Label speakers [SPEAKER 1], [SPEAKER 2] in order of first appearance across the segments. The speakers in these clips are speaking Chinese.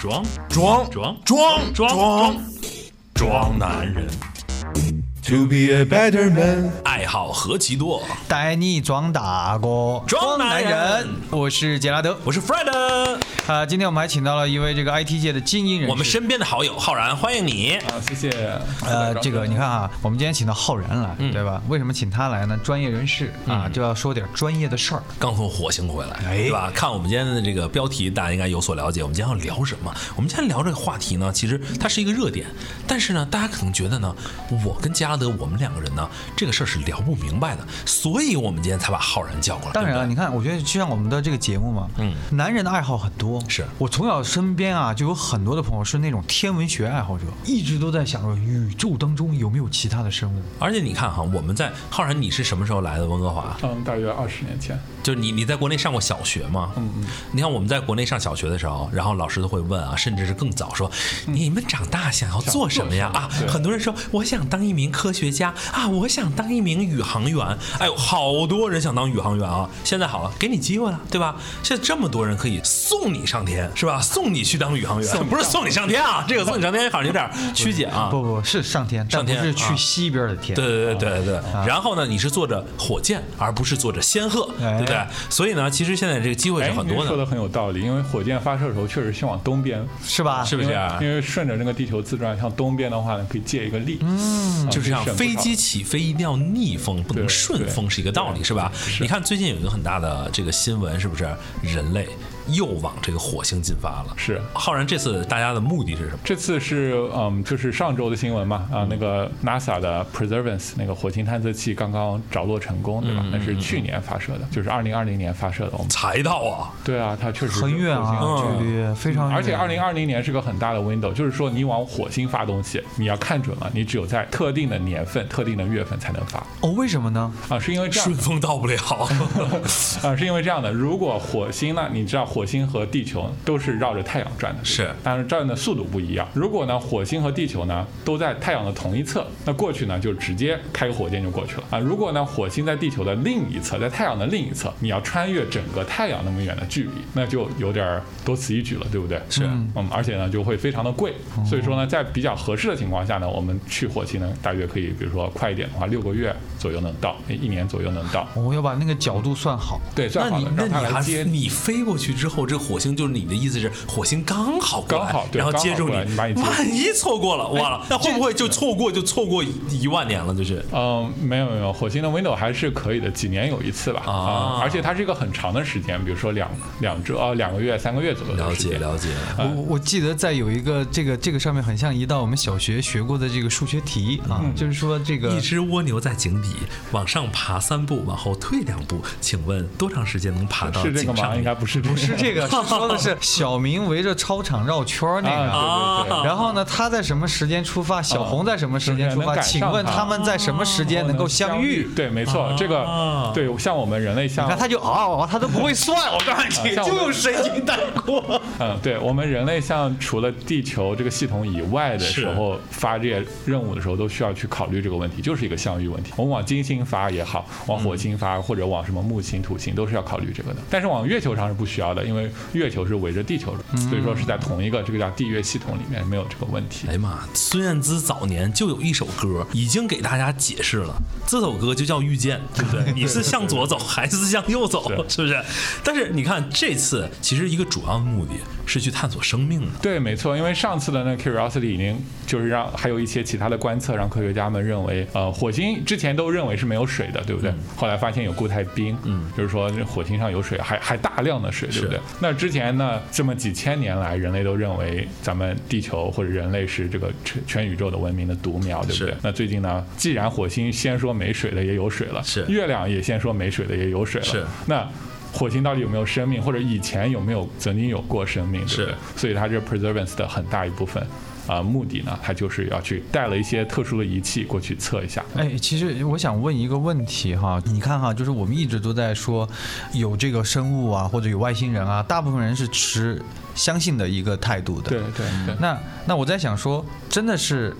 [SPEAKER 1] 装
[SPEAKER 2] 装
[SPEAKER 1] 装
[SPEAKER 2] 装
[SPEAKER 1] 装
[SPEAKER 2] 装
[SPEAKER 1] 装男人，
[SPEAKER 2] ，To be a better man。
[SPEAKER 1] 爱好何其多。
[SPEAKER 3] 带你装大哥，
[SPEAKER 1] 装男人
[SPEAKER 3] 我是杰拉德。
[SPEAKER 1] 我是 Fred，
[SPEAKER 3] 啊，今天我们还请到了一位这个 IT 界的精英人士。
[SPEAKER 1] 我们身边的好友浩然，欢迎你。
[SPEAKER 2] 啊，谢谢。
[SPEAKER 3] 呃，这个你看啊，我们今天请到浩然来，
[SPEAKER 1] 嗯
[SPEAKER 3] 对吧？为什么请他来呢？专业人士啊，就要说点专业的事儿。
[SPEAKER 1] 刚从火星回来，对吧？看我们今天的这个标题，大家应该有所了解。我们今天要聊什么？我们今天聊这个话题呢，其实它是一个热点，但是呢，大家可能觉得呢，我跟加拉德我们两个人呢，这个事儿是聊不明白的，所以我们今天才把浩然叫过来。
[SPEAKER 3] 当然了，啊
[SPEAKER 1] 对不
[SPEAKER 3] 你看，我觉得就像我们的这个节目嘛，嗯，男人的爱好很多。
[SPEAKER 1] 是
[SPEAKER 3] 我从小身边啊，就有很多的朋友是那种天文学爱好者，一直都在想着宇宙当中有没有其他的生物。
[SPEAKER 1] 对而且你看哈，我们在浩然，你是什么时候来的温哥华？
[SPEAKER 2] 嗯，大约二十年前，
[SPEAKER 1] 就是你你在国内上过小学吗？嗯嗯。你看我们在国内上小学的时候，然后老师都会问啊，甚至是更早说，你们长大想要做什么呀？啊，很多人说我想当一名科学家啊，我想当一名宇航员。哎呦，好多人想当宇航员啊！现在好了，给你机会了，对吧？现在这么多人可以送你上天，是吧？送你去当宇航员，不是送你上天啊，这个送你上天好像有点曲解啊。
[SPEAKER 3] 不不，是上天，
[SPEAKER 1] 上
[SPEAKER 3] 但不
[SPEAKER 1] 天
[SPEAKER 3] 是去
[SPEAKER 1] 啊
[SPEAKER 3] 西边的天。
[SPEAKER 1] 对对对对对。
[SPEAKER 4] 啊
[SPEAKER 1] 然后呢，你是坐着火箭，而不是坐着仙鹤，对不对
[SPEAKER 3] 哎？
[SPEAKER 1] 所以呢，其实现在这个机会
[SPEAKER 4] 哎，
[SPEAKER 1] 是
[SPEAKER 4] 您
[SPEAKER 1] 很多
[SPEAKER 4] 说
[SPEAKER 1] 的，
[SPEAKER 4] 的很有道理，因为火箭发射的时候确实先往东边，
[SPEAKER 3] 是吧？
[SPEAKER 1] 是不
[SPEAKER 4] 因
[SPEAKER 1] 是
[SPEAKER 4] 为
[SPEAKER 1] 啊？
[SPEAKER 4] 哎因为顺着那个地球自转向东边的话呢，可以借一个力，嗯，
[SPEAKER 1] 就是像
[SPEAKER 4] 省不
[SPEAKER 1] 飞
[SPEAKER 4] 少
[SPEAKER 1] 机起飞一定要逆风，不能
[SPEAKER 4] 对
[SPEAKER 1] 顺风是一个道理，是吧？你看最近有一个很大的这个新闻，是不是人类又往这个火星进发了？
[SPEAKER 4] 是
[SPEAKER 1] 浩然这次大家的目的是什么？
[SPEAKER 4] 这次是嗯，就是上周的新闻嘛，
[SPEAKER 1] 嗯
[SPEAKER 4] 啊，那个 NASA 的 Perseverance 那个火星探测器刚刚着落成功，
[SPEAKER 1] 嗯
[SPEAKER 4] 对吧？那是去年发射的，就是二零二零年发射的。我们
[SPEAKER 1] 才到啊！
[SPEAKER 4] 对啊，它确实
[SPEAKER 3] 很
[SPEAKER 4] 是
[SPEAKER 3] 远
[SPEAKER 4] 火星
[SPEAKER 1] 嗯
[SPEAKER 3] 啊，距离非常远。
[SPEAKER 4] 而且二零二零年是个很大的 window，就是说你往火星发东西，你要看准了，你只有在特定的年份、特定的月份才能发
[SPEAKER 3] 哦，为什么呢？
[SPEAKER 4] 啊，是因为这样
[SPEAKER 1] 顺风到 不了，
[SPEAKER 4] 啊，是因为这样的，如果火星呢，你知道火星和地球都是绕着太阳转的，
[SPEAKER 1] 是
[SPEAKER 4] 但是转的速度不一样。如果呢，火星和地球呢都在太阳的同一侧，那过去呢就直接开个火箭就过去了啊。如果呢，火星在地球的另一侧，在太阳的另一侧，你要穿越整个太阳那么远的距离，那就有点儿多此一举了，对不对？
[SPEAKER 1] 是哦
[SPEAKER 4] 嗯，而且呢就会非常的贵，所以说呢，在比较合适的情况下呢，我们去火星呢，大约可以，比如说快一点的话，六个月左右能到，一年左右能到。
[SPEAKER 3] 我要把那个角度算好。
[SPEAKER 4] 对，算
[SPEAKER 1] 那
[SPEAKER 4] 好
[SPEAKER 1] 你
[SPEAKER 4] 了，
[SPEAKER 1] 那
[SPEAKER 4] 让他
[SPEAKER 1] 你
[SPEAKER 4] 来
[SPEAKER 1] 还
[SPEAKER 4] 接
[SPEAKER 1] 你飞过去之后，这火星就是你的意思是火星刚好过来
[SPEAKER 4] 刚好对
[SPEAKER 1] 然后接住
[SPEAKER 4] 刚好过来你把你接住哎
[SPEAKER 1] 万一错过了，哇了，那会不会就错过就错过一万年了？就是
[SPEAKER 4] 嗯，没有没有，火星的 window 还是可以的，几年有一次吧。
[SPEAKER 1] 啊
[SPEAKER 4] 而且它是一个很长的时间，比如说两两周呃两个月、三个月左右
[SPEAKER 1] 了
[SPEAKER 4] 的时
[SPEAKER 1] 解
[SPEAKER 4] 间。
[SPEAKER 1] 了解，
[SPEAKER 3] 我
[SPEAKER 4] 嗯
[SPEAKER 3] 我记得在有一个这个这个上面很像一道我们小学学过的这个数学题啊，
[SPEAKER 4] 嗯
[SPEAKER 3] 就是说这个
[SPEAKER 1] 一只蜗牛在井底往上爬三步，往后退两步，请问多长时间能爬到
[SPEAKER 4] 是这个
[SPEAKER 1] 井上
[SPEAKER 4] 吗？
[SPEAKER 1] 面？
[SPEAKER 4] 应该不是不
[SPEAKER 3] 是这个是说的是小明围着操场绕圈儿那个。
[SPEAKER 4] 啊，对对对。
[SPEAKER 3] 然后呢，他在什么时间出发？小红在什么时间出发？
[SPEAKER 4] 就是能赶
[SPEAKER 3] 请
[SPEAKER 4] 上
[SPEAKER 3] 问
[SPEAKER 4] 他哦
[SPEAKER 3] 他们在什么时间能够相遇？啊
[SPEAKER 4] 对，没错，这个对，像我们人类
[SPEAKER 3] 你
[SPEAKER 4] 像
[SPEAKER 3] 看他就嗷嗷嗷，他都不会
[SPEAKER 1] 哦
[SPEAKER 3] 算。我告诉你，
[SPEAKER 4] 啊像我们
[SPEAKER 3] 就是神经带过。
[SPEAKER 4] 嗯，对我们人类像除了地球这个系统以外的时候发这些任务的时候，都需要去考虑这个问题，就是一个相遇问题。我们往金星发也好，往火星发、或者往什么木星、土星，都是要考虑这个的。但是往月球上是不需要的，因为月球是围着地球的，所以说是在同一个这个叫地月系统里面没有这个问题
[SPEAKER 1] 哎。呀妈！孙燕姿早年就有一首歌，已经给大家解释了，这首歌就叫《遇见》，对不对？你是向左走还是向右走，
[SPEAKER 4] 是
[SPEAKER 1] 是不是？但是你看，这次其实一个主要的目的是去探索生命的。
[SPEAKER 4] 对，没错，因为上次的那个 Curiosity 已经就是让还有一些其他的观测，让科学家们认为，呃，火星之前都认为是没有水的，对不对？
[SPEAKER 1] 嗯
[SPEAKER 4] 后来发现有固态冰，嗯，就是说这火星上有水，还还大量的水，对不对？那之前呢，这么几千年来，人类都认为咱们地球或者人类是这个全全宇宙的文明的独苗，对不对
[SPEAKER 1] 是？
[SPEAKER 4] 那最近呢，既然火星先说没水的也有水了，
[SPEAKER 1] 是
[SPEAKER 4] 月亮也先说没水的也有水了，
[SPEAKER 1] 是
[SPEAKER 4] 那。火星到底有没有生命，或者以前有没有曾经有过生命？对不对
[SPEAKER 1] 是
[SPEAKER 4] 所以它这 preservance 的很大一部分啊、目的呢，它就是要去带了一些特殊的仪器过去测一下。
[SPEAKER 3] 哎，其实我想问一个问题哈，你看哈，就是我们一直都在说有这个生物啊，或者有外星人啊，大部分人是持相信的一个态度的。
[SPEAKER 4] 对对对，
[SPEAKER 3] 那那我在想说，真的是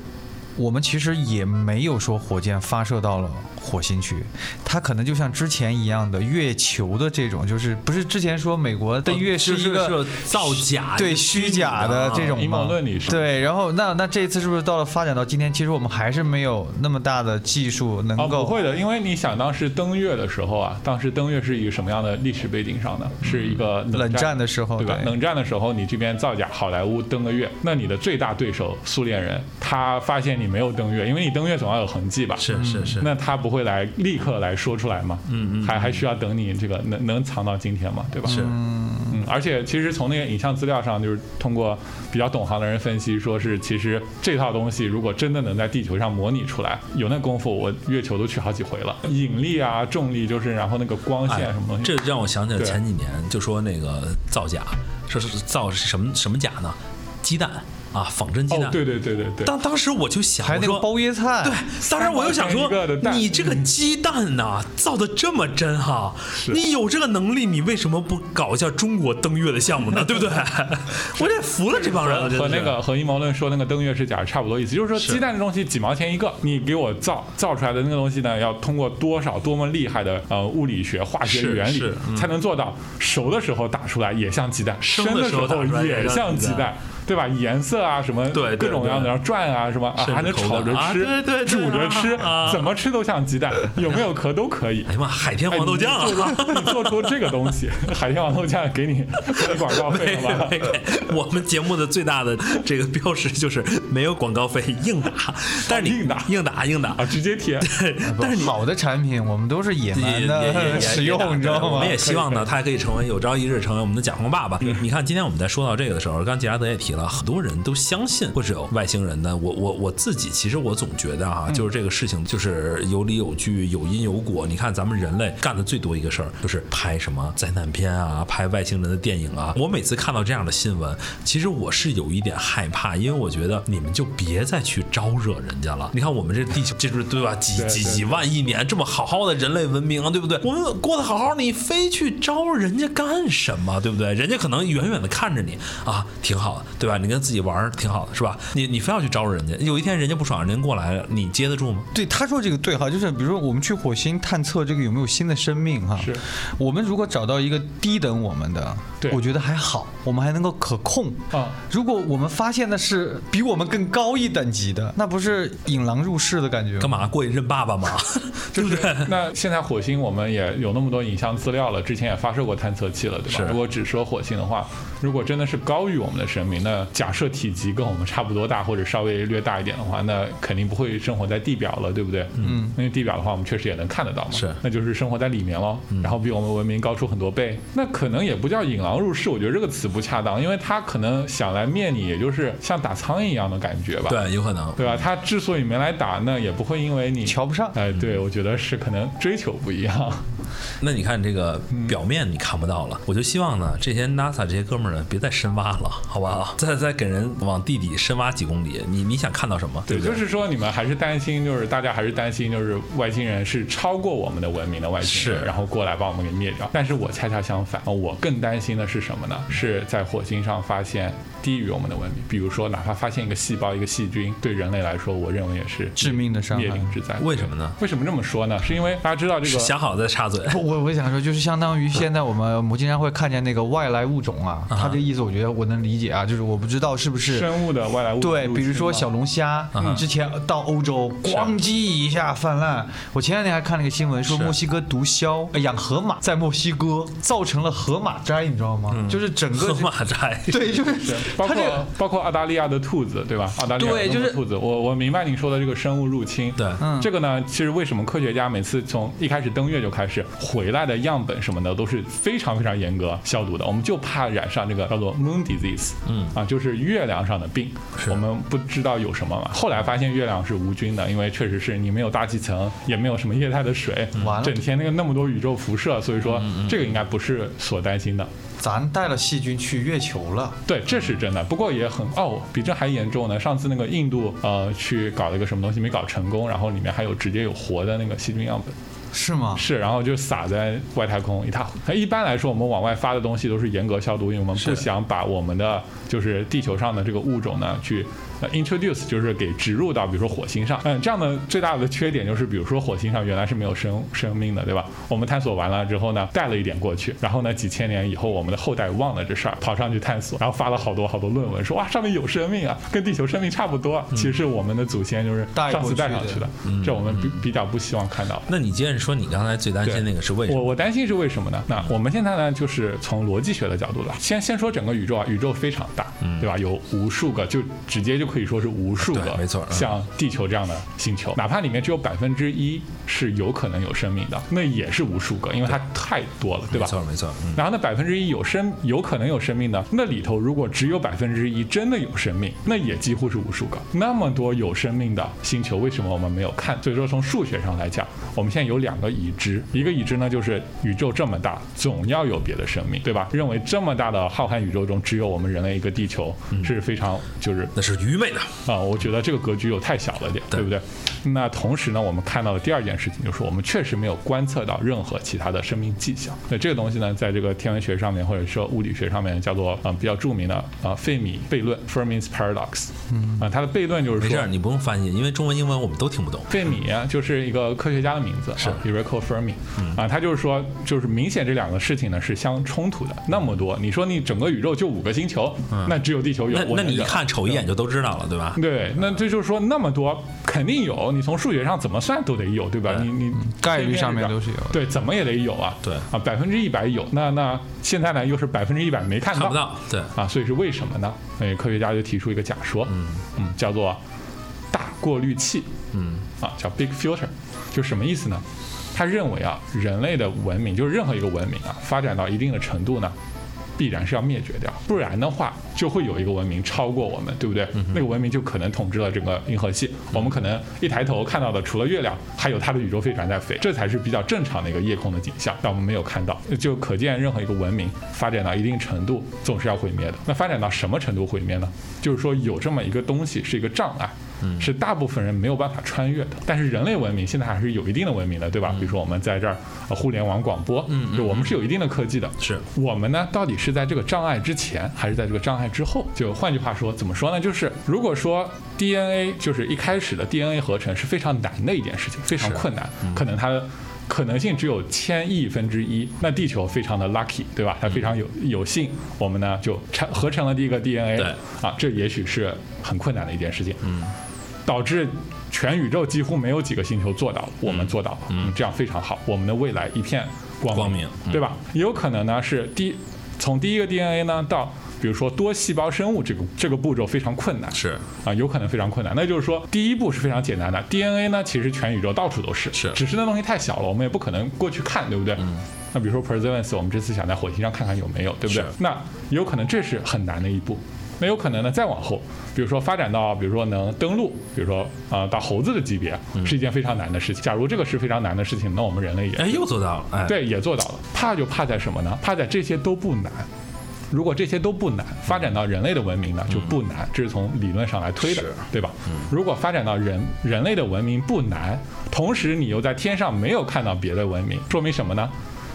[SPEAKER 3] 我们其实也没有说火箭发射到了火星去，它可能就像之前一样的月球的这种，就是不是之前说美国的月
[SPEAKER 1] 哦是
[SPEAKER 3] 一个、
[SPEAKER 1] 造假，
[SPEAKER 3] 对虚假的
[SPEAKER 1] 啊
[SPEAKER 3] 这种
[SPEAKER 4] 阴谋
[SPEAKER 3] 嘛
[SPEAKER 4] 论里是
[SPEAKER 3] 对，然后那那这一次是不是到了发展到今天，其实我们还是没有那么大的技术能
[SPEAKER 4] 啊，不
[SPEAKER 3] 够
[SPEAKER 4] 会的，因为你想当时登月的时候啊，当时登月是以什么样的历史背景上呢？是一个
[SPEAKER 3] 嗯冷
[SPEAKER 4] 战
[SPEAKER 3] 战的时候
[SPEAKER 4] 对吧？
[SPEAKER 3] 对
[SPEAKER 4] 冷战的时候，你这边造假好莱坞登个月，那你的最大对手苏联人，他发现你没有登月，因为你登月总要有痕迹吧？
[SPEAKER 1] 是是是，
[SPEAKER 4] 那他不会来立刻来说出来吗？嗯嗯，还还需要等你这个能能藏到今天吗？对吧？
[SPEAKER 1] 是
[SPEAKER 4] 嗯，而且其实从那个影像资料上，就是通过比较懂行的人分析，说是其实这套东西如果真的能在地球上模拟出来，有那功夫，我月球都去好几回了。引力啊，重力就是，然后那个光
[SPEAKER 1] 哎
[SPEAKER 4] 线什么东西，
[SPEAKER 1] 这让我想起了
[SPEAKER 4] 对
[SPEAKER 1] 前几年就说那个造假，说是造什么什么假呢？鸡蛋啊，仿真鸡
[SPEAKER 4] 哦
[SPEAKER 1] 蛋，。
[SPEAKER 4] 对对对对对，
[SPEAKER 1] 当当时我就想，
[SPEAKER 3] 还有那个
[SPEAKER 1] 我说
[SPEAKER 3] 包椰菜，
[SPEAKER 1] 对，当然我又想说
[SPEAKER 4] 三毛钱一个的，蛋
[SPEAKER 1] 你这个鸡蛋呐、造的这么真哈、你有这个能力，你为什么不搞一下中国登月的项目 呢？对不对？我这服了这帮人了，真
[SPEAKER 4] 和
[SPEAKER 1] 的是
[SPEAKER 4] 那个和阴谋论说那个登月是假是差不多意思，就是说鸡蛋这东西几毛钱一个，你给我造造出来的那个东西呢，要通过多少多么厉害的呃物理学、化学
[SPEAKER 1] 是
[SPEAKER 4] 原理
[SPEAKER 1] 是嗯
[SPEAKER 4] 才能做到熟的时候打出来也像鸡蛋，
[SPEAKER 1] 生
[SPEAKER 4] 的
[SPEAKER 1] 的时候打出来也
[SPEAKER 4] 也
[SPEAKER 1] 像
[SPEAKER 4] 像
[SPEAKER 1] 鸡
[SPEAKER 4] 鸡蛋
[SPEAKER 1] 蛋。
[SPEAKER 4] 对吧？颜色啊，什么
[SPEAKER 1] 对对
[SPEAKER 4] 各种各样的，
[SPEAKER 1] 对
[SPEAKER 4] 然后转啊，什么啊，
[SPEAKER 1] 甚至
[SPEAKER 4] 还能
[SPEAKER 1] 口感
[SPEAKER 4] 炒着
[SPEAKER 1] 啊
[SPEAKER 4] 吃，
[SPEAKER 1] 对对对
[SPEAKER 4] 煮着吃，
[SPEAKER 1] 啊啊
[SPEAKER 4] 怎么吃都像鸡蛋，有没有壳都可以。
[SPEAKER 1] 哎呀妈，海天
[SPEAKER 4] 哎
[SPEAKER 1] 黄豆酱
[SPEAKER 4] 你 做
[SPEAKER 1] 啊！
[SPEAKER 4] 出你做出这个东西，海天黄豆酱给你 给你广告费了吧？
[SPEAKER 1] 没给我们节目的最大的这个标识就是没有广告费，硬打。但是你
[SPEAKER 4] 硬打
[SPEAKER 1] 硬打，硬打
[SPEAKER 4] 啊，。直接贴。
[SPEAKER 3] 不好的产品我们都是野
[SPEAKER 1] 也
[SPEAKER 3] 蛮
[SPEAKER 1] 也也
[SPEAKER 3] 的
[SPEAKER 1] 也
[SPEAKER 3] 使
[SPEAKER 1] 也打
[SPEAKER 3] 用，你知道
[SPEAKER 1] 对我
[SPEAKER 3] 吗嗯
[SPEAKER 1] 们？也希 望呢，他还可以成为有朝一日成为我们的甲方爸爸。你看，今天我们在说到这个的时候，刚刚杰拉德也提了，很多人都相信会是有外星人的。我我我自己其实我总觉得
[SPEAKER 3] 嗯
[SPEAKER 1] 啊，就是这个事情就是有理有据，有因有果。你看咱们人类干的最多一个事儿，就是拍什么灾难片啊，拍外星人的电影啊。我每次看到这样的新闻，其实我是有一点害怕，因为我觉得你们就别再去招惹人家了。你看我们这地球，这就是对吧？几
[SPEAKER 4] 对
[SPEAKER 1] 几
[SPEAKER 4] 对
[SPEAKER 1] 几万亿年这么好好的人类文明啊，对不对？我们过得好好的，你非去招人家干什么？对不对？人家可能远远的看着你啊，挺好的，对吧？你跟自己玩儿挺好的，是吧？你你非要去招惹人家，有一天人家不爽，人家过来了，你接得住吗？
[SPEAKER 3] 对他说这个对哈，就是比如说我们去火星探测这个有没有新的生命哈，
[SPEAKER 4] 是
[SPEAKER 3] 我们如果找到一个低等我们的，
[SPEAKER 4] 对
[SPEAKER 3] 我觉得还好，我们还能够可控
[SPEAKER 4] 啊
[SPEAKER 3] 如果我们发现的是比我们更高一等级的，那不是引狼入室的感觉吗？
[SPEAKER 1] 干嘛过去认爸爸吗？ 对不 对？
[SPEAKER 4] 那现在火星我们也有那么多影像资料了，之前也发射过探测器了，对吧
[SPEAKER 1] 是？
[SPEAKER 4] 如果只说火星的话，如果真的是高于我们的生命，那假设体积跟我们差不多大或者稍微略大一点的话，那肯定不会生活在地表了，对不对？嗯，因为地表的话，我们确实也能看得到嘛，
[SPEAKER 1] 是
[SPEAKER 4] 那就是生活在里面喽，然后比我们文明高出很多倍。那可能也不叫引狼入室，我觉得这个词不恰当，因为他可能想来灭你，也就是像打苍蝇一样的感觉吧。
[SPEAKER 1] 对，有可能。
[SPEAKER 4] 对吧？他之所以没来打，那也不会因为你
[SPEAKER 3] 瞧不上
[SPEAKER 4] 哎，对，我觉得是可能追求不一样。
[SPEAKER 1] 那你看这个表面你看不到了，我就希望呢，这些 NASA 这些哥们儿呢，别再深挖了，好不 好？再再给人往地底深挖几公里，你你想看到什么？
[SPEAKER 4] 对，
[SPEAKER 1] 不对
[SPEAKER 4] 就？是说你们还是担心，就是大家还是担心，就是外星人是超过我们的文明的外星人，
[SPEAKER 1] 是
[SPEAKER 4] 然后过来把我们给灭掉。但是我恰恰相反，呃我更担心的是什么呢？是在火星上发现低于我们的文明，比如说哪怕发现一个细胞、一个细菌，对人类来说，我认为也是
[SPEAKER 3] 致命的伤害
[SPEAKER 4] 灭顶之灾。
[SPEAKER 1] 为什么呢？
[SPEAKER 4] 为什么这么说呢？是因为大家知道这个
[SPEAKER 1] 想好再插嘴。
[SPEAKER 3] 不我我想说，就是相当于现在我们我经常会看见那个外来物种啊，他这个意思我觉得我能理解啊，就是我不知道是不是
[SPEAKER 4] 生物的外来物
[SPEAKER 3] 对，
[SPEAKER 4] 入
[SPEAKER 3] 比如
[SPEAKER 4] 侵
[SPEAKER 3] 说
[SPEAKER 4] 吗
[SPEAKER 3] 小龙虾，之前到欧洲咣叽一下泛滥。我前两天还看了一个新闻，说墨西哥毒枭呃养河马在墨西哥造成了河马灾，你知道吗？就是整
[SPEAKER 1] 河
[SPEAKER 3] 个
[SPEAKER 1] 马斋，
[SPEAKER 3] 对，就是
[SPEAKER 4] 对，包
[SPEAKER 3] 它
[SPEAKER 4] 括
[SPEAKER 3] 这个
[SPEAKER 4] 包括澳大利亚的兔子，对吧？澳大利亚
[SPEAKER 3] 对
[SPEAKER 4] 中国
[SPEAKER 3] 就是
[SPEAKER 4] 兔子。我我明白你说的这个生物入侵。
[SPEAKER 1] 对
[SPEAKER 3] 嗯
[SPEAKER 4] 这个呢，其实为什么科学家每次从一开始登月就开始回来的样本什么的都是非常非常严格消毒的，我们就怕染上这个叫做 moon disease，嗯啊，就是月亮上的病。我们不知道有什么嘛，后来发现月亮是无菌的，因为确实是你没有大气层，也没有什么液态的水，
[SPEAKER 3] 完了
[SPEAKER 4] 整天那个那么多宇宙辐射，所以说这个应该不是所担心的。
[SPEAKER 3] 咱带了细菌去月球了，
[SPEAKER 4] 对，这是真的。不过也很哦，比这还严重呢。上次那个印度呃去搞了一个什么东西没搞成功，然后里面还有直接有活的那个细菌样本，
[SPEAKER 3] 是吗？
[SPEAKER 4] 是，然后就撒在外太空一塌糊涂。那一般来说，我们往外发的东西都是严格消毒，因为我们不想把我们的就是地球上的这个物种呢去。呃 introduce 就是给植入到比如说火星上。嗯，这样的最大的缺点就是，比如说火星上原来是没有生生命的，对吧？我们探索完了之后呢，带了一点过去，然后呢，几千年以后我们的后代忘了这事儿，跑上去探索，然后发了好多好多论文，说哇上面有生命啊，跟地球生命差不多。其实是我们的祖先就是
[SPEAKER 3] 嗯带
[SPEAKER 4] 上次
[SPEAKER 3] 过
[SPEAKER 4] 带
[SPEAKER 3] 去
[SPEAKER 4] 上
[SPEAKER 3] 的嗯
[SPEAKER 4] 去的，这我们比比较不希望看到。
[SPEAKER 1] 那你接着说，你刚才最担心那个是为什
[SPEAKER 4] 我
[SPEAKER 1] 么？
[SPEAKER 4] 我担心是为什么呢？那我们现在呢，就是从逻辑学的角度来，先先说整个宇宙啊，宇宙非常大，对吧？有无数个，就直接就可以说是无数
[SPEAKER 1] 嗯对
[SPEAKER 4] 个，
[SPEAKER 1] 没错嗯
[SPEAKER 4] 像地球这样的星球，哪怕里面只有百分之一是有可能有生命的，那也是无数个，因为它太多了，对吧
[SPEAKER 1] 没？错，没错，嗯，
[SPEAKER 4] 然后那百分之一有生有可能有生命的，那里头如果只有百分之一真的有生命，那也几乎是无数个。那么多有生命的星球，为什么我们没有看？所以说从数学上来讲，我们现在有两个已知，一个已知呢就是宇宙这么大，总要有别的生命，对吧？认为这么大的浩瀚宇宙中，只有我们人类一个地球是非常就是
[SPEAKER 1] 那是愚昧的，
[SPEAKER 4] 啊、我觉得这个格局又太小了点，
[SPEAKER 1] 对
[SPEAKER 4] 对不对？那同时呢，我们看到的第二件事情就是，我们确实没有观测到任何其他的生命迹象。那这个东西呢，在这个天文学上面或者说物理学上面叫做啊、呃比较著名的啊、呃费米悖论 （Fermi's Paradox）。嗯，啊、它的悖论就是
[SPEAKER 1] 没事
[SPEAKER 4] 说
[SPEAKER 1] 儿，。你不用翻译，因为中文、英文我们都听不懂。
[SPEAKER 4] 费米啊就是一个科学家的名字，
[SPEAKER 1] 是嗯
[SPEAKER 4] 啊 Enrico Fermi 啊，他就是说，就是明显这两个事情呢是相冲突的。那么多，你说你整个宇宙就五个星球，那只有地球
[SPEAKER 1] 嗯
[SPEAKER 4] 有
[SPEAKER 1] 那，
[SPEAKER 4] 我
[SPEAKER 1] 那
[SPEAKER 4] 能
[SPEAKER 1] 你一
[SPEAKER 4] 忍
[SPEAKER 1] 看瞅一眼就都知道了，对吧？
[SPEAKER 4] 对，那这就是说那么多肯定有，你从数学上怎么算都得有，对吧？
[SPEAKER 1] 对
[SPEAKER 4] 你你
[SPEAKER 3] 概率上面
[SPEAKER 4] 随便
[SPEAKER 3] 都是有的
[SPEAKER 4] 对，怎么也得有啊。
[SPEAKER 1] 对
[SPEAKER 4] 啊，百分之一百有，那那现在呢又是百分之一百没看
[SPEAKER 1] 看不到，对，
[SPEAKER 4] 啊，所以是为什么呢？哎，科学家就提出一个假说，嗯叫做大过滤器，嗯，啊，叫 big filter，就什么意思呢？他认为啊，人类的文明就是任何一个文明啊，发展到一定的程度呢。必然是要灭绝掉，不然的话就会有一个文明超过我们，对不对？那个文明就可能统治了整个银河系。我们可能一抬头看到的除了月亮，还有它的宇宙飞船在飞，这才是比较正常的一个夜空的景象。但我们没有看到，就可见任何一个文明发展到一定程度，总是要毁灭的。那发展到什么程度毁灭呢？就是说有这么一个东西是一个障碍。是大部分人没有办法穿越的。但是人类文明现在还是有一定的文明的，对吧？比如说我们在这儿、呃、互联网广播，嗯，就我们是有一定的科技的。
[SPEAKER 1] 是
[SPEAKER 4] 我们呢，到底是在这个障碍之前，还是在这个障碍之后？就换句话说，怎么说呢？就是如果说 DNA 就是一开始的 DNA 合成是非常难的一件事情，非常困难，可能它的。可能性只有千亿分之一，那地球非常的 lucky，对吧？它非常有有幸，我们呢就产合成了第一个 DNA，
[SPEAKER 1] 对
[SPEAKER 4] 啊，这也许是很困难的一件事情。导致全宇宙几乎没有几个星球做到了，我们做到了，嗯，这样非常好，我们的未来一片光
[SPEAKER 1] 光明嗯
[SPEAKER 4] 对吧？也有可能呢是第从第一个 DNA 呢到。比如说多细胞生物这个这个步骤非常困难，
[SPEAKER 1] 是
[SPEAKER 4] 啊，有可能非常困难。那就是说，第一步是非常简单的，DNA 呢，其实全宇宙到处都是，
[SPEAKER 1] 是嗯
[SPEAKER 4] 只是那东西太小了，我们也不可能过去看，对不对？那比如说 Perseverance，我们这次想在火星上看看有没有，对不对
[SPEAKER 1] 是？
[SPEAKER 4] 那有可能这是很难的一步。那有可能呢，再往后，比如说发展到，比如说能登陆，比如说啊、呃到猴子的级别，
[SPEAKER 1] 嗯
[SPEAKER 4] 是一件非常难的事情。假如这个是非常难的事情，那我们人类也
[SPEAKER 1] 哎，又做到了，哎，，
[SPEAKER 4] 对，也做到了。怕就怕在什么呢？怕在这些都不难。如果这些都不难，发展到人类的文明呢就不难，这是从理论上来推的，对吧？如果发展到人人类的文明不难，同时你又在天上没有看到别的文明，说明什么呢？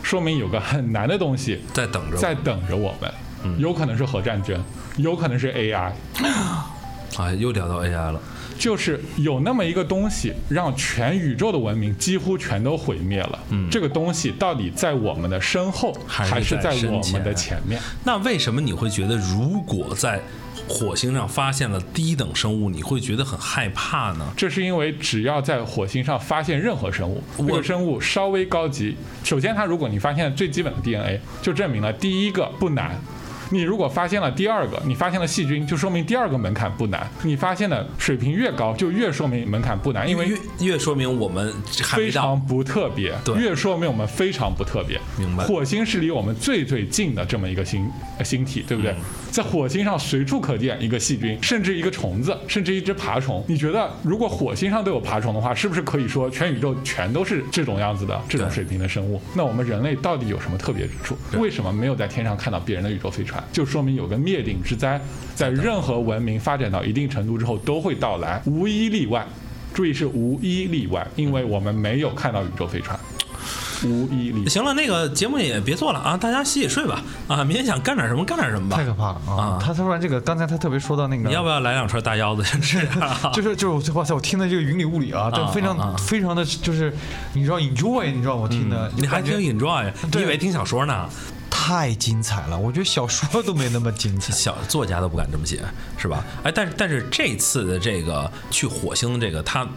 [SPEAKER 4] 说明有个很难的东西
[SPEAKER 1] 在等着我，
[SPEAKER 4] 在等着我们，有可能是核战争，有可能是 AI，
[SPEAKER 1] 啊，又聊到 AI 了，
[SPEAKER 4] 就是有那么一个东西，让全宇宙的文明几乎全都毁灭了。嗯，这个东西到底在我们的身后，
[SPEAKER 1] 还是
[SPEAKER 4] 还是
[SPEAKER 1] 在
[SPEAKER 4] 在
[SPEAKER 1] 身
[SPEAKER 4] 我
[SPEAKER 1] 前
[SPEAKER 4] 们的前面？
[SPEAKER 1] 那为什么你会觉得，如果在火星上发现了低等生物，你会觉得很害怕呢？
[SPEAKER 4] 这是因为只要在火星上发现任何生物，这
[SPEAKER 1] 我
[SPEAKER 4] 个生物稍微高级，首先它如果你发现最基本的 DNA，就证明了第一个不难。你如果发现了第二个，你发现了细菌，就说明第二个门槛不难。你发现的水平越高，就越说明门槛不难，因为
[SPEAKER 1] 越越说明我们还
[SPEAKER 4] 非
[SPEAKER 1] 没到
[SPEAKER 4] 常不特别，
[SPEAKER 1] 对
[SPEAKER 4] 越说明我们非常不特别。
[SPEAKER 1] 明白
[SPEAKER 4] 火星是离我们最最近的这么一个星呃星体，对不对？在火星上随处可见一个细菌，甚至一个虫子，甚至一只爬虫。你觉得如果火星上都有爬虫的话，是不是可以说全宇宙全都是这种样子的这种
[SPEAKER 1] 对
[SPEAKER 4] 水平的生物？那我们人类到底有什么特别之处？为什么没有在天上看到别人的宇宙飞船？就说明有个灭顶之灾，在任何文明发展到一定程度之后都会到来，无一例外。注意是无一例外，因为我们没有看到宇宙飞船。无一例。
[SPEAKER 1] 行了，那个节目也别做了啊，大家洗洗睡吧啊，明天想干点什么干点什么吧
[SPEAKER 3] 太。可怕了
[SPEAKER 1] 啊
[SPEAKER 3] 啊！他突然这个，刚才他特别说到那个，
[SPEAKER 1] 你要不要来两串大腰子？是 啊
[SPEAKER 3] 就是就是，哇塞！我听的这个云里雾里啊，但非
[SPEAKER 1] 啊啊
[SPEAKER 3] 常
[SPEAKER 1] 啊
[SPEAKER 3] 非常的就是，你知道 enjoy，你知道我听的，
[SPEAKER 1] 你还
[SPEAKER 3] 感觉
[SPEAKER 1] 挺 enjoy，你
[SPEAKER 3] 对
[SPEAKER 1] 以为听小说呢？。
[SPEAKER 3] 太精彩了。我觉得小说都没那么精彩
[SPEAKER 1] 小作家都不敢这么写，是吧？哎，但是但是这次的这个去火星的这个，它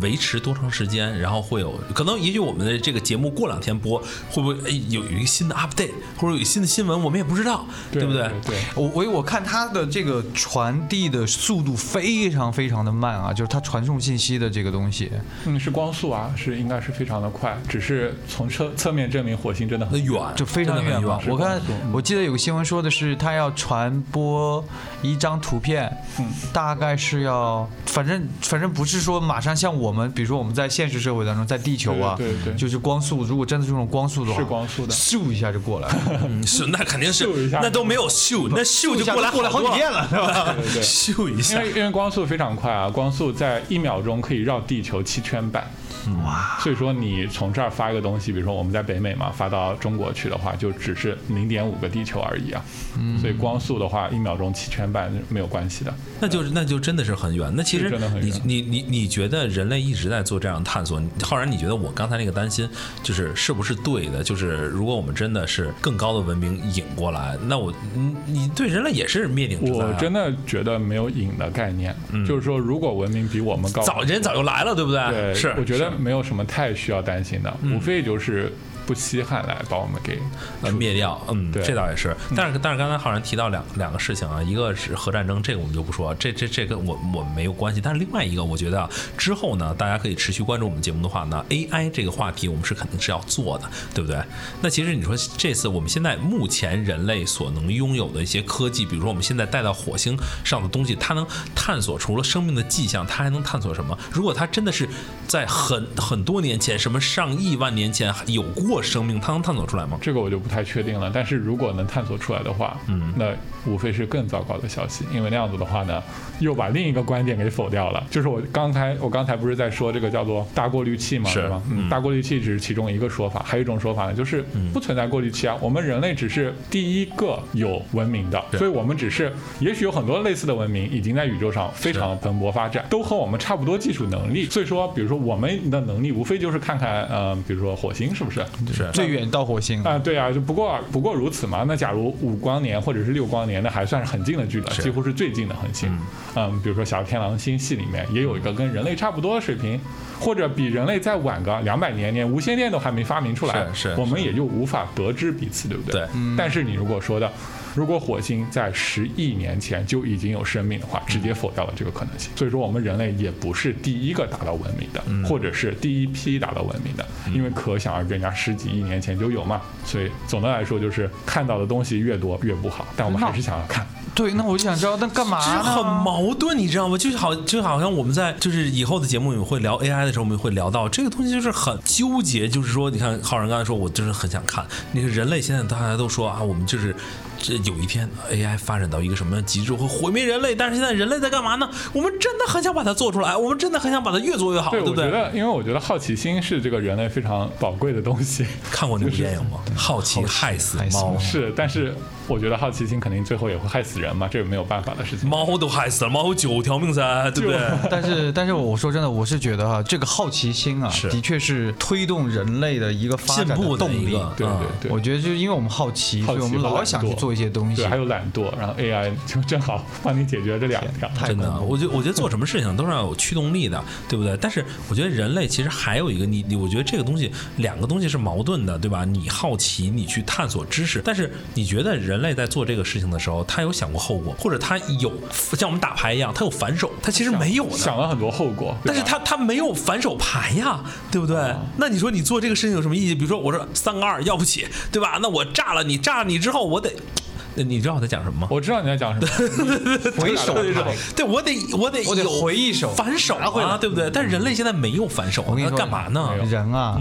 [SPEAKER 1] 维持多长时间？然后会有可能，也许我们的这个节目过两天播，会不会哎有有一个新的 update，或者有一个新的新闻，我们也不知道，对不
[SPEAKER 4] 对？对，
[SPEAKER 3] 我我我看它的这个传递的速度非常非常的慢啊，就是它传送信息的这个东西，
[SPEAKER 4] 嗯，是光速啊，是应该是非常的快，只是从侧侧面证明火星真的
[SPEAKER 1] 那
[SPEAKER 4] 很
[SPEAKER 1] 远
[SPEAKER 3] 就非常
[SPEAKER 1] 真的很
[SPEAKER 3] 远嘛。
[SPEAKER 1] 远。
[SPEAKER 3] 我看
[SPEAKER 4] 光速
[SPEAKER 3] 我记得有个新闻说的是，它要传播一张图片，
[SPEAKER 4] 嗯
[SPEAKER 3] 大概是要，反正反正不是说马上像我们，比如说我们在现实社会当中，在地球啊，
[SPEAKER 4] 对对对
[SPEAKER 3] 就是光速，如果真的是用光速的话，
[SPEAKER 4] 是光速的
[SPEAKER 3] 咻一下就过来了，
[SPEAKER 1] 嗯是那肯定是
[SPEAKER 4] 咻一下，
[SPEAKER 1] 那都没有秀，那秀就过来
[SPEAKER 3] 过来好几
[SPEAKER 1] 多
[SPEAKER 3] 遍了，是吧？
[SPEAKER 4] 对 对。
[SPEAKER 1] 秀一
[SPEAKER 4] 因
[SPEAKER 1] 下
[SPEAKER 4] 为。因为光速非常快啊，光速在一秒钟可以绕地球七圈半。
[SPEAKER 1] 嗯
[SPEAKER 4] 哇！所以说你从这儿发一个东西，比如说我们在北美嘛，发到中国去的话，就只是零点五个地球而已啊。嗯。所以光速的话，一秒钟七圈半没有关系的。
[SPEAKER 1] 那就是那就真的是很远。那其实
[SPEAKER 4] 嗯是真的很
[SPEAKER 1] 你
[SPEAKER 4] 远
[SPEAKER 1] 你你你觉得人类一直在做这样的探索，你浩然，你觉得我刚才那个担心就是是不是对的？就是如果我们真的是更高的文明引过来，那我你你对人类也是灭顶之灾、啊。
[SPEAKER 4] 我真的觉得没有瘾的概念，就是说如果文明比我们高，
[SPEAKER 1] 早人早就来了，对不对？
[SPEAKER 4] 对，
[SPEAKER 1] 是，
[SPEAKER 4] 我觉得
[SPEAKER 1] 是嗯
[SPEAKER 4] 没有什么太需要担心的，无非就是不稀罕来把我们给
[SPEAKER 1] 呃灭掉，嗯，
[SPEAKER 4] 对
[SPEAKER 1] 这倒也是。但是但是刚才浩然提到两两个事情啊，一个是核战争，这个我们就不说，这这这跟我我们没有关系。但是另外一个，我觉得啊，之后呢，大家可以持续关注我们节目的话呢，AI 这个话题我们是肯定是要做的，对不对？那其实你说这次我们现在目前人类所能拥有的一些科技，比如说我们现在带到火星上的东西，它能探索除了生命的迹象，它还能探索什么？如果它真的是在很很多年前，什么上亿万年前有过生命，它能探索出来吗？
[SPEAKER 4] 这个我就不太确定了。但是如果能探索出来的话，嗯，那无非是更糟糕的消息，因为那样子的话呢，又把另一个观点给否掉了。就是我刚才我刚才不是在说这个叫做大过滤器嘛，
[SPEAKER 1] 是
[SPEAKER 4] 对吧？嗯，大过滤器只是其中一个说法，还有一种说法呢，就是
[SPEAKER 1] 嗯
[SPEAKER 4] 不存在过滤器啊，我们人类只是第一个有文明的，
[SPEAKER 1] 对
[SPEAKER 4] 所以我们只是也许有很多类似的文明已经在宇宙上非常蓬勃发展，都和我们差不多技术能力。所以说，比如说我们的能力无非就是看看，呃，比如说火星是不是？
[SPEAKER 1] 是
[SPEAKER 3] 最远到火星了
[SPEAKER 4] 啊、对啊，就不过不过如此嘛。那假如五光年或者是六光年，那还算是很近的距离了，
[SPEAKER 1] 是
[SPEAKER 4] 几乎是最近的恒星。嗯比如说小天狼星系里面也有一个跟人类差不多的水平，或者比人类再晚个两百年，连无线电都还没发明出来，
[SPEAKER 1] 是是
[SPEAKER 4] 我们也就无法得知彼此，对不对？
[SPEAKER 1] 对
[SPEAKER 4] 但是你如果说的，如果火星在十亿年前就已经有生命的话，
[SPEAKER 1] 嗯
[SPEAKER 4] 直接否掉了这个可能性。所以说，我们人类也不是第一个达到文明的，
[SPEAKER 1] 嗯
[SPEAKER 4] 或者是第一批达到文明的，因为可想而知，人家十几亿年前就有嘛。所以总的来说，就是看到的东西越多越不好，但我们还是想要看。
[SPEAKER 1] 嗯
[SPEAKER 3] 对，那我就想知道，那干嘛
[SPEAKER 1] 这
[SPEAKER 3] 呢？
[SPEAKER 1] 很矛盾，你知道吗？就好就好像我们在就是以后的节目里面会聊 AI 的时候，我们会聊到这个东西，就是很纠结。就是说，你看浩然刚才说，我真的很想看那个人类现在大家都说啊，我们就是这有一天 AI 发展到一个什么极致会毁灭人类，但是现在人类在干嘛呢？我们真的很想把它做出来，我们真的很想把它越做越哦好，对不
[SPEAKER 4] 我觉
[SPEAKER 1] 对？
[SPEAKER 4] 得，因为我觉得好奇心是这个人类非常宝贵的东西。
[SPEAKER 1] 看过那部电影吗？好奇害死
[SPEAKER 3] 害死
[SPEAKER 1] 猫
[SPEAKER 3] 猫。
[SPEAKER 4] 是，但是我觉得好奇心肯定最后也会害死人嘛，这个没有办法的事情。
[SPEAKER 1] 猫都害死了，猫有九条命噻，对不对？
[SPEAKER 3] 但是，但是我说真的，我是觉得哈，这个好奇心啊
[SPEAKER 1] 是，
[SPEAKER 3] 的确是推动人类的一个发
[SPEAKER 1] 进
[SPEAKER 3] 展
[SPEAKER 1] 步
[SPEAKER 3] 动
[SPEAKER 1] 的一
[SPEAKER 3] 力。
[SPEAKER 1] 个，
[SPEAKER 4] 对
[SPEAKER 1] 嗯
[SPEAKER 4] 对对，
[SPEAKER 3] 我觉得就是因为我们好奇，
[SPEAKER 4] 好
[SPEAKER 3] 所
[SPEAKER 4] 奇
[SPEAKER 3] 以我们
[SPEAKER 4] 和
[SPEAKER 3] 老
[SPEAKER 4] 懒
[SPEAKER 3] 想去
[SPEAKER 4] 惰
[SPEAKER 3] 做一些东西
[SPEAKER 4] 对，。还有懒惰，然后 AI 就正好帮你解决这两条。
[SPEAKER 3] 太
[SPEAKER 1] 真的
[SPEAKER 3] 恐，怖
[SPEAKER 1] 我觉得我觉得做什么事情都是要有驱动力的，对不对？但是我觉得人类其实还有一个你，你我觉得这个东西两个东西是矛盾的，对吧？你好奇，你去探索知识，但是你觉得人类在做这个事情的时候，他有想过后果，或者他有像我们打牌一样，他有反手，他其实没有的。
[SPEAKER 4] 想了很多后果，对
[SPEAKER 1] 但
[SPEAKER 4] 吧
[SPEAKER 1] 是他他没有反手牌呀，对不对？那你说你做这个事情有什么意义？比如说我说三个二要不起，对吧？那我炸了你，炸了你之后我得，你知道我在讲什么吗？
[SPEAKER 4] 我知道你在讲什么，
[SPEAKER 3] 回 首
[SPEAKER 1] 对对
[SPEAKER 3] 牌
[SPEAKER 1] 对，对我得我得
[SPEAKER 3] 我得
[SPEAKER 1] 有
[SPEAKER 3] 回一手
[SPEAKER 1] 反手
[SPEAKER 3] 拿回
[SPEAKER 1] 啊，
[SPEAKER 3] 来嗯
[SPEAKER 1] 对不对？但是人类现在没有反手，
[SPEAKER 3] 我跟你
[SPEAKER 1] 那
[SPEAKER 3] 说
[SPEAKER 1] 干嘛呢嗯
[SPEAKER 4] 没？有
[SPEAKER 3] 人啊，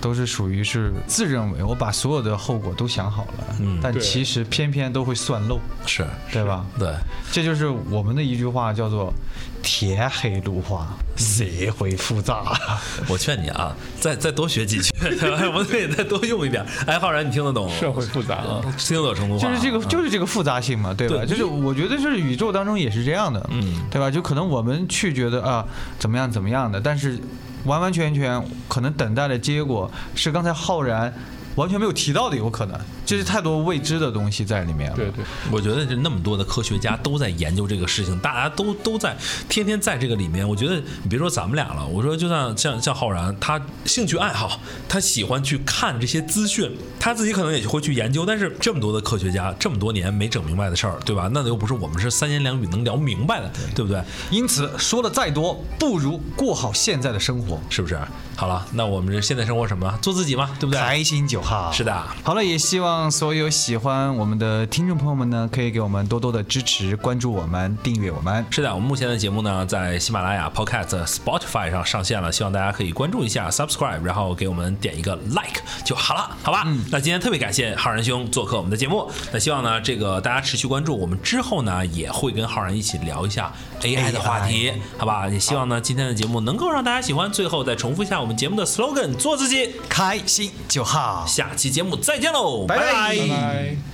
[SPEAKER 3] 都是属于是自认为我把所有的后果都想好了，嗯，但
[SPEAKER 4] 对
[SPEAKER 3] 其实偏偏都会算漏，
[SPEAKER 1] 是
[SPEAKER 3] 对吧？
[SPEAKER 1] 对，
[SPEAKER 3] 这就是我们的一句话，叫做“天黑路滑，
[SPEAKER 1] 嗯
[SPEAKER 3] 社会复杂
[SPEAKER 1] 我劝你啊，再再多学几句， 我得再多用一点。哎，浩然，你听得懂？
[SPEAKER 4] 社会复杂啊。
[SPEAKER 1] 听得懂成都”，话
[SPEAKER 3] 就
[SPEAKER 1] 啊？
[SPEAKER 3] 是这个，就是这个复杂性嘛，对吧？
[SPEAKER 1] 对
[SPEAKER 3] 就是我觉得就是宇宙当中也是这样的，
[SPEAKER 1] 嗯，
[SPEAKER 3] 对吧？就可能我们去觉得啊怎么样怎么样的，但是完完全全可能等待的结果是刚才浩然完全没有提到的，有可能，这是太多未知的东西在里面了。
[SPEAKER 4] 对对，
[SPEAKER 1] 我觉得这那么多的科学家都在研究这个事情，大家都都在天天在这个里面。我觉得你别说咱们俩了，我说就像像像浩然，他兴趣爱好， 他喜欢去看这些资讯，他自己可能也会去研究。但是这么多的科学家，这么多年没整明白的事儿，对吧？那又不是我们是三言两语能聊明白的，对不对？
[SPEAKER 3] 因此说的再多，不如过好现在的生活，
[SPEAKER 1] 是不是？好了，那我们这现在生活什么？做自己嘛，对不对？
[SPEAKER 3] 开心就好。
[SPEAKER 1] 是的，
[SPEAKER 3] 好了，也希望所有喜欢我们的听众朋友们呢，可以给我们多多的支持，关注我们，订阅我们。
[SPEAKER 1] 是的，我们目前的节目呢，在喜马拉雅、Podcast、Spotify 上上线了，希望大家可以关注一下、Subscribe，然后给我们点一个 Like 就好了，好吧？
[SPEAKER 3] 嗯
[SPEAKER 1] 那今天特别感谢浩然兄做客我们的节目，那希望呢，这个大家持续关注，我们之后呢也会跟浩然一起聊一下 AI 的话题，好吧？也希望呢今天的节目能够让大家喜欢。最后再重复一下我们节目的 slogan：做自己。
[SPEAKER 3] 开心就好。
[SPEAKER 1] 下期节目再见喽，
[SPEAKER 3] 拜拜
[SPEAKER 1] 拜
[SPEAKER 4] 拜拜。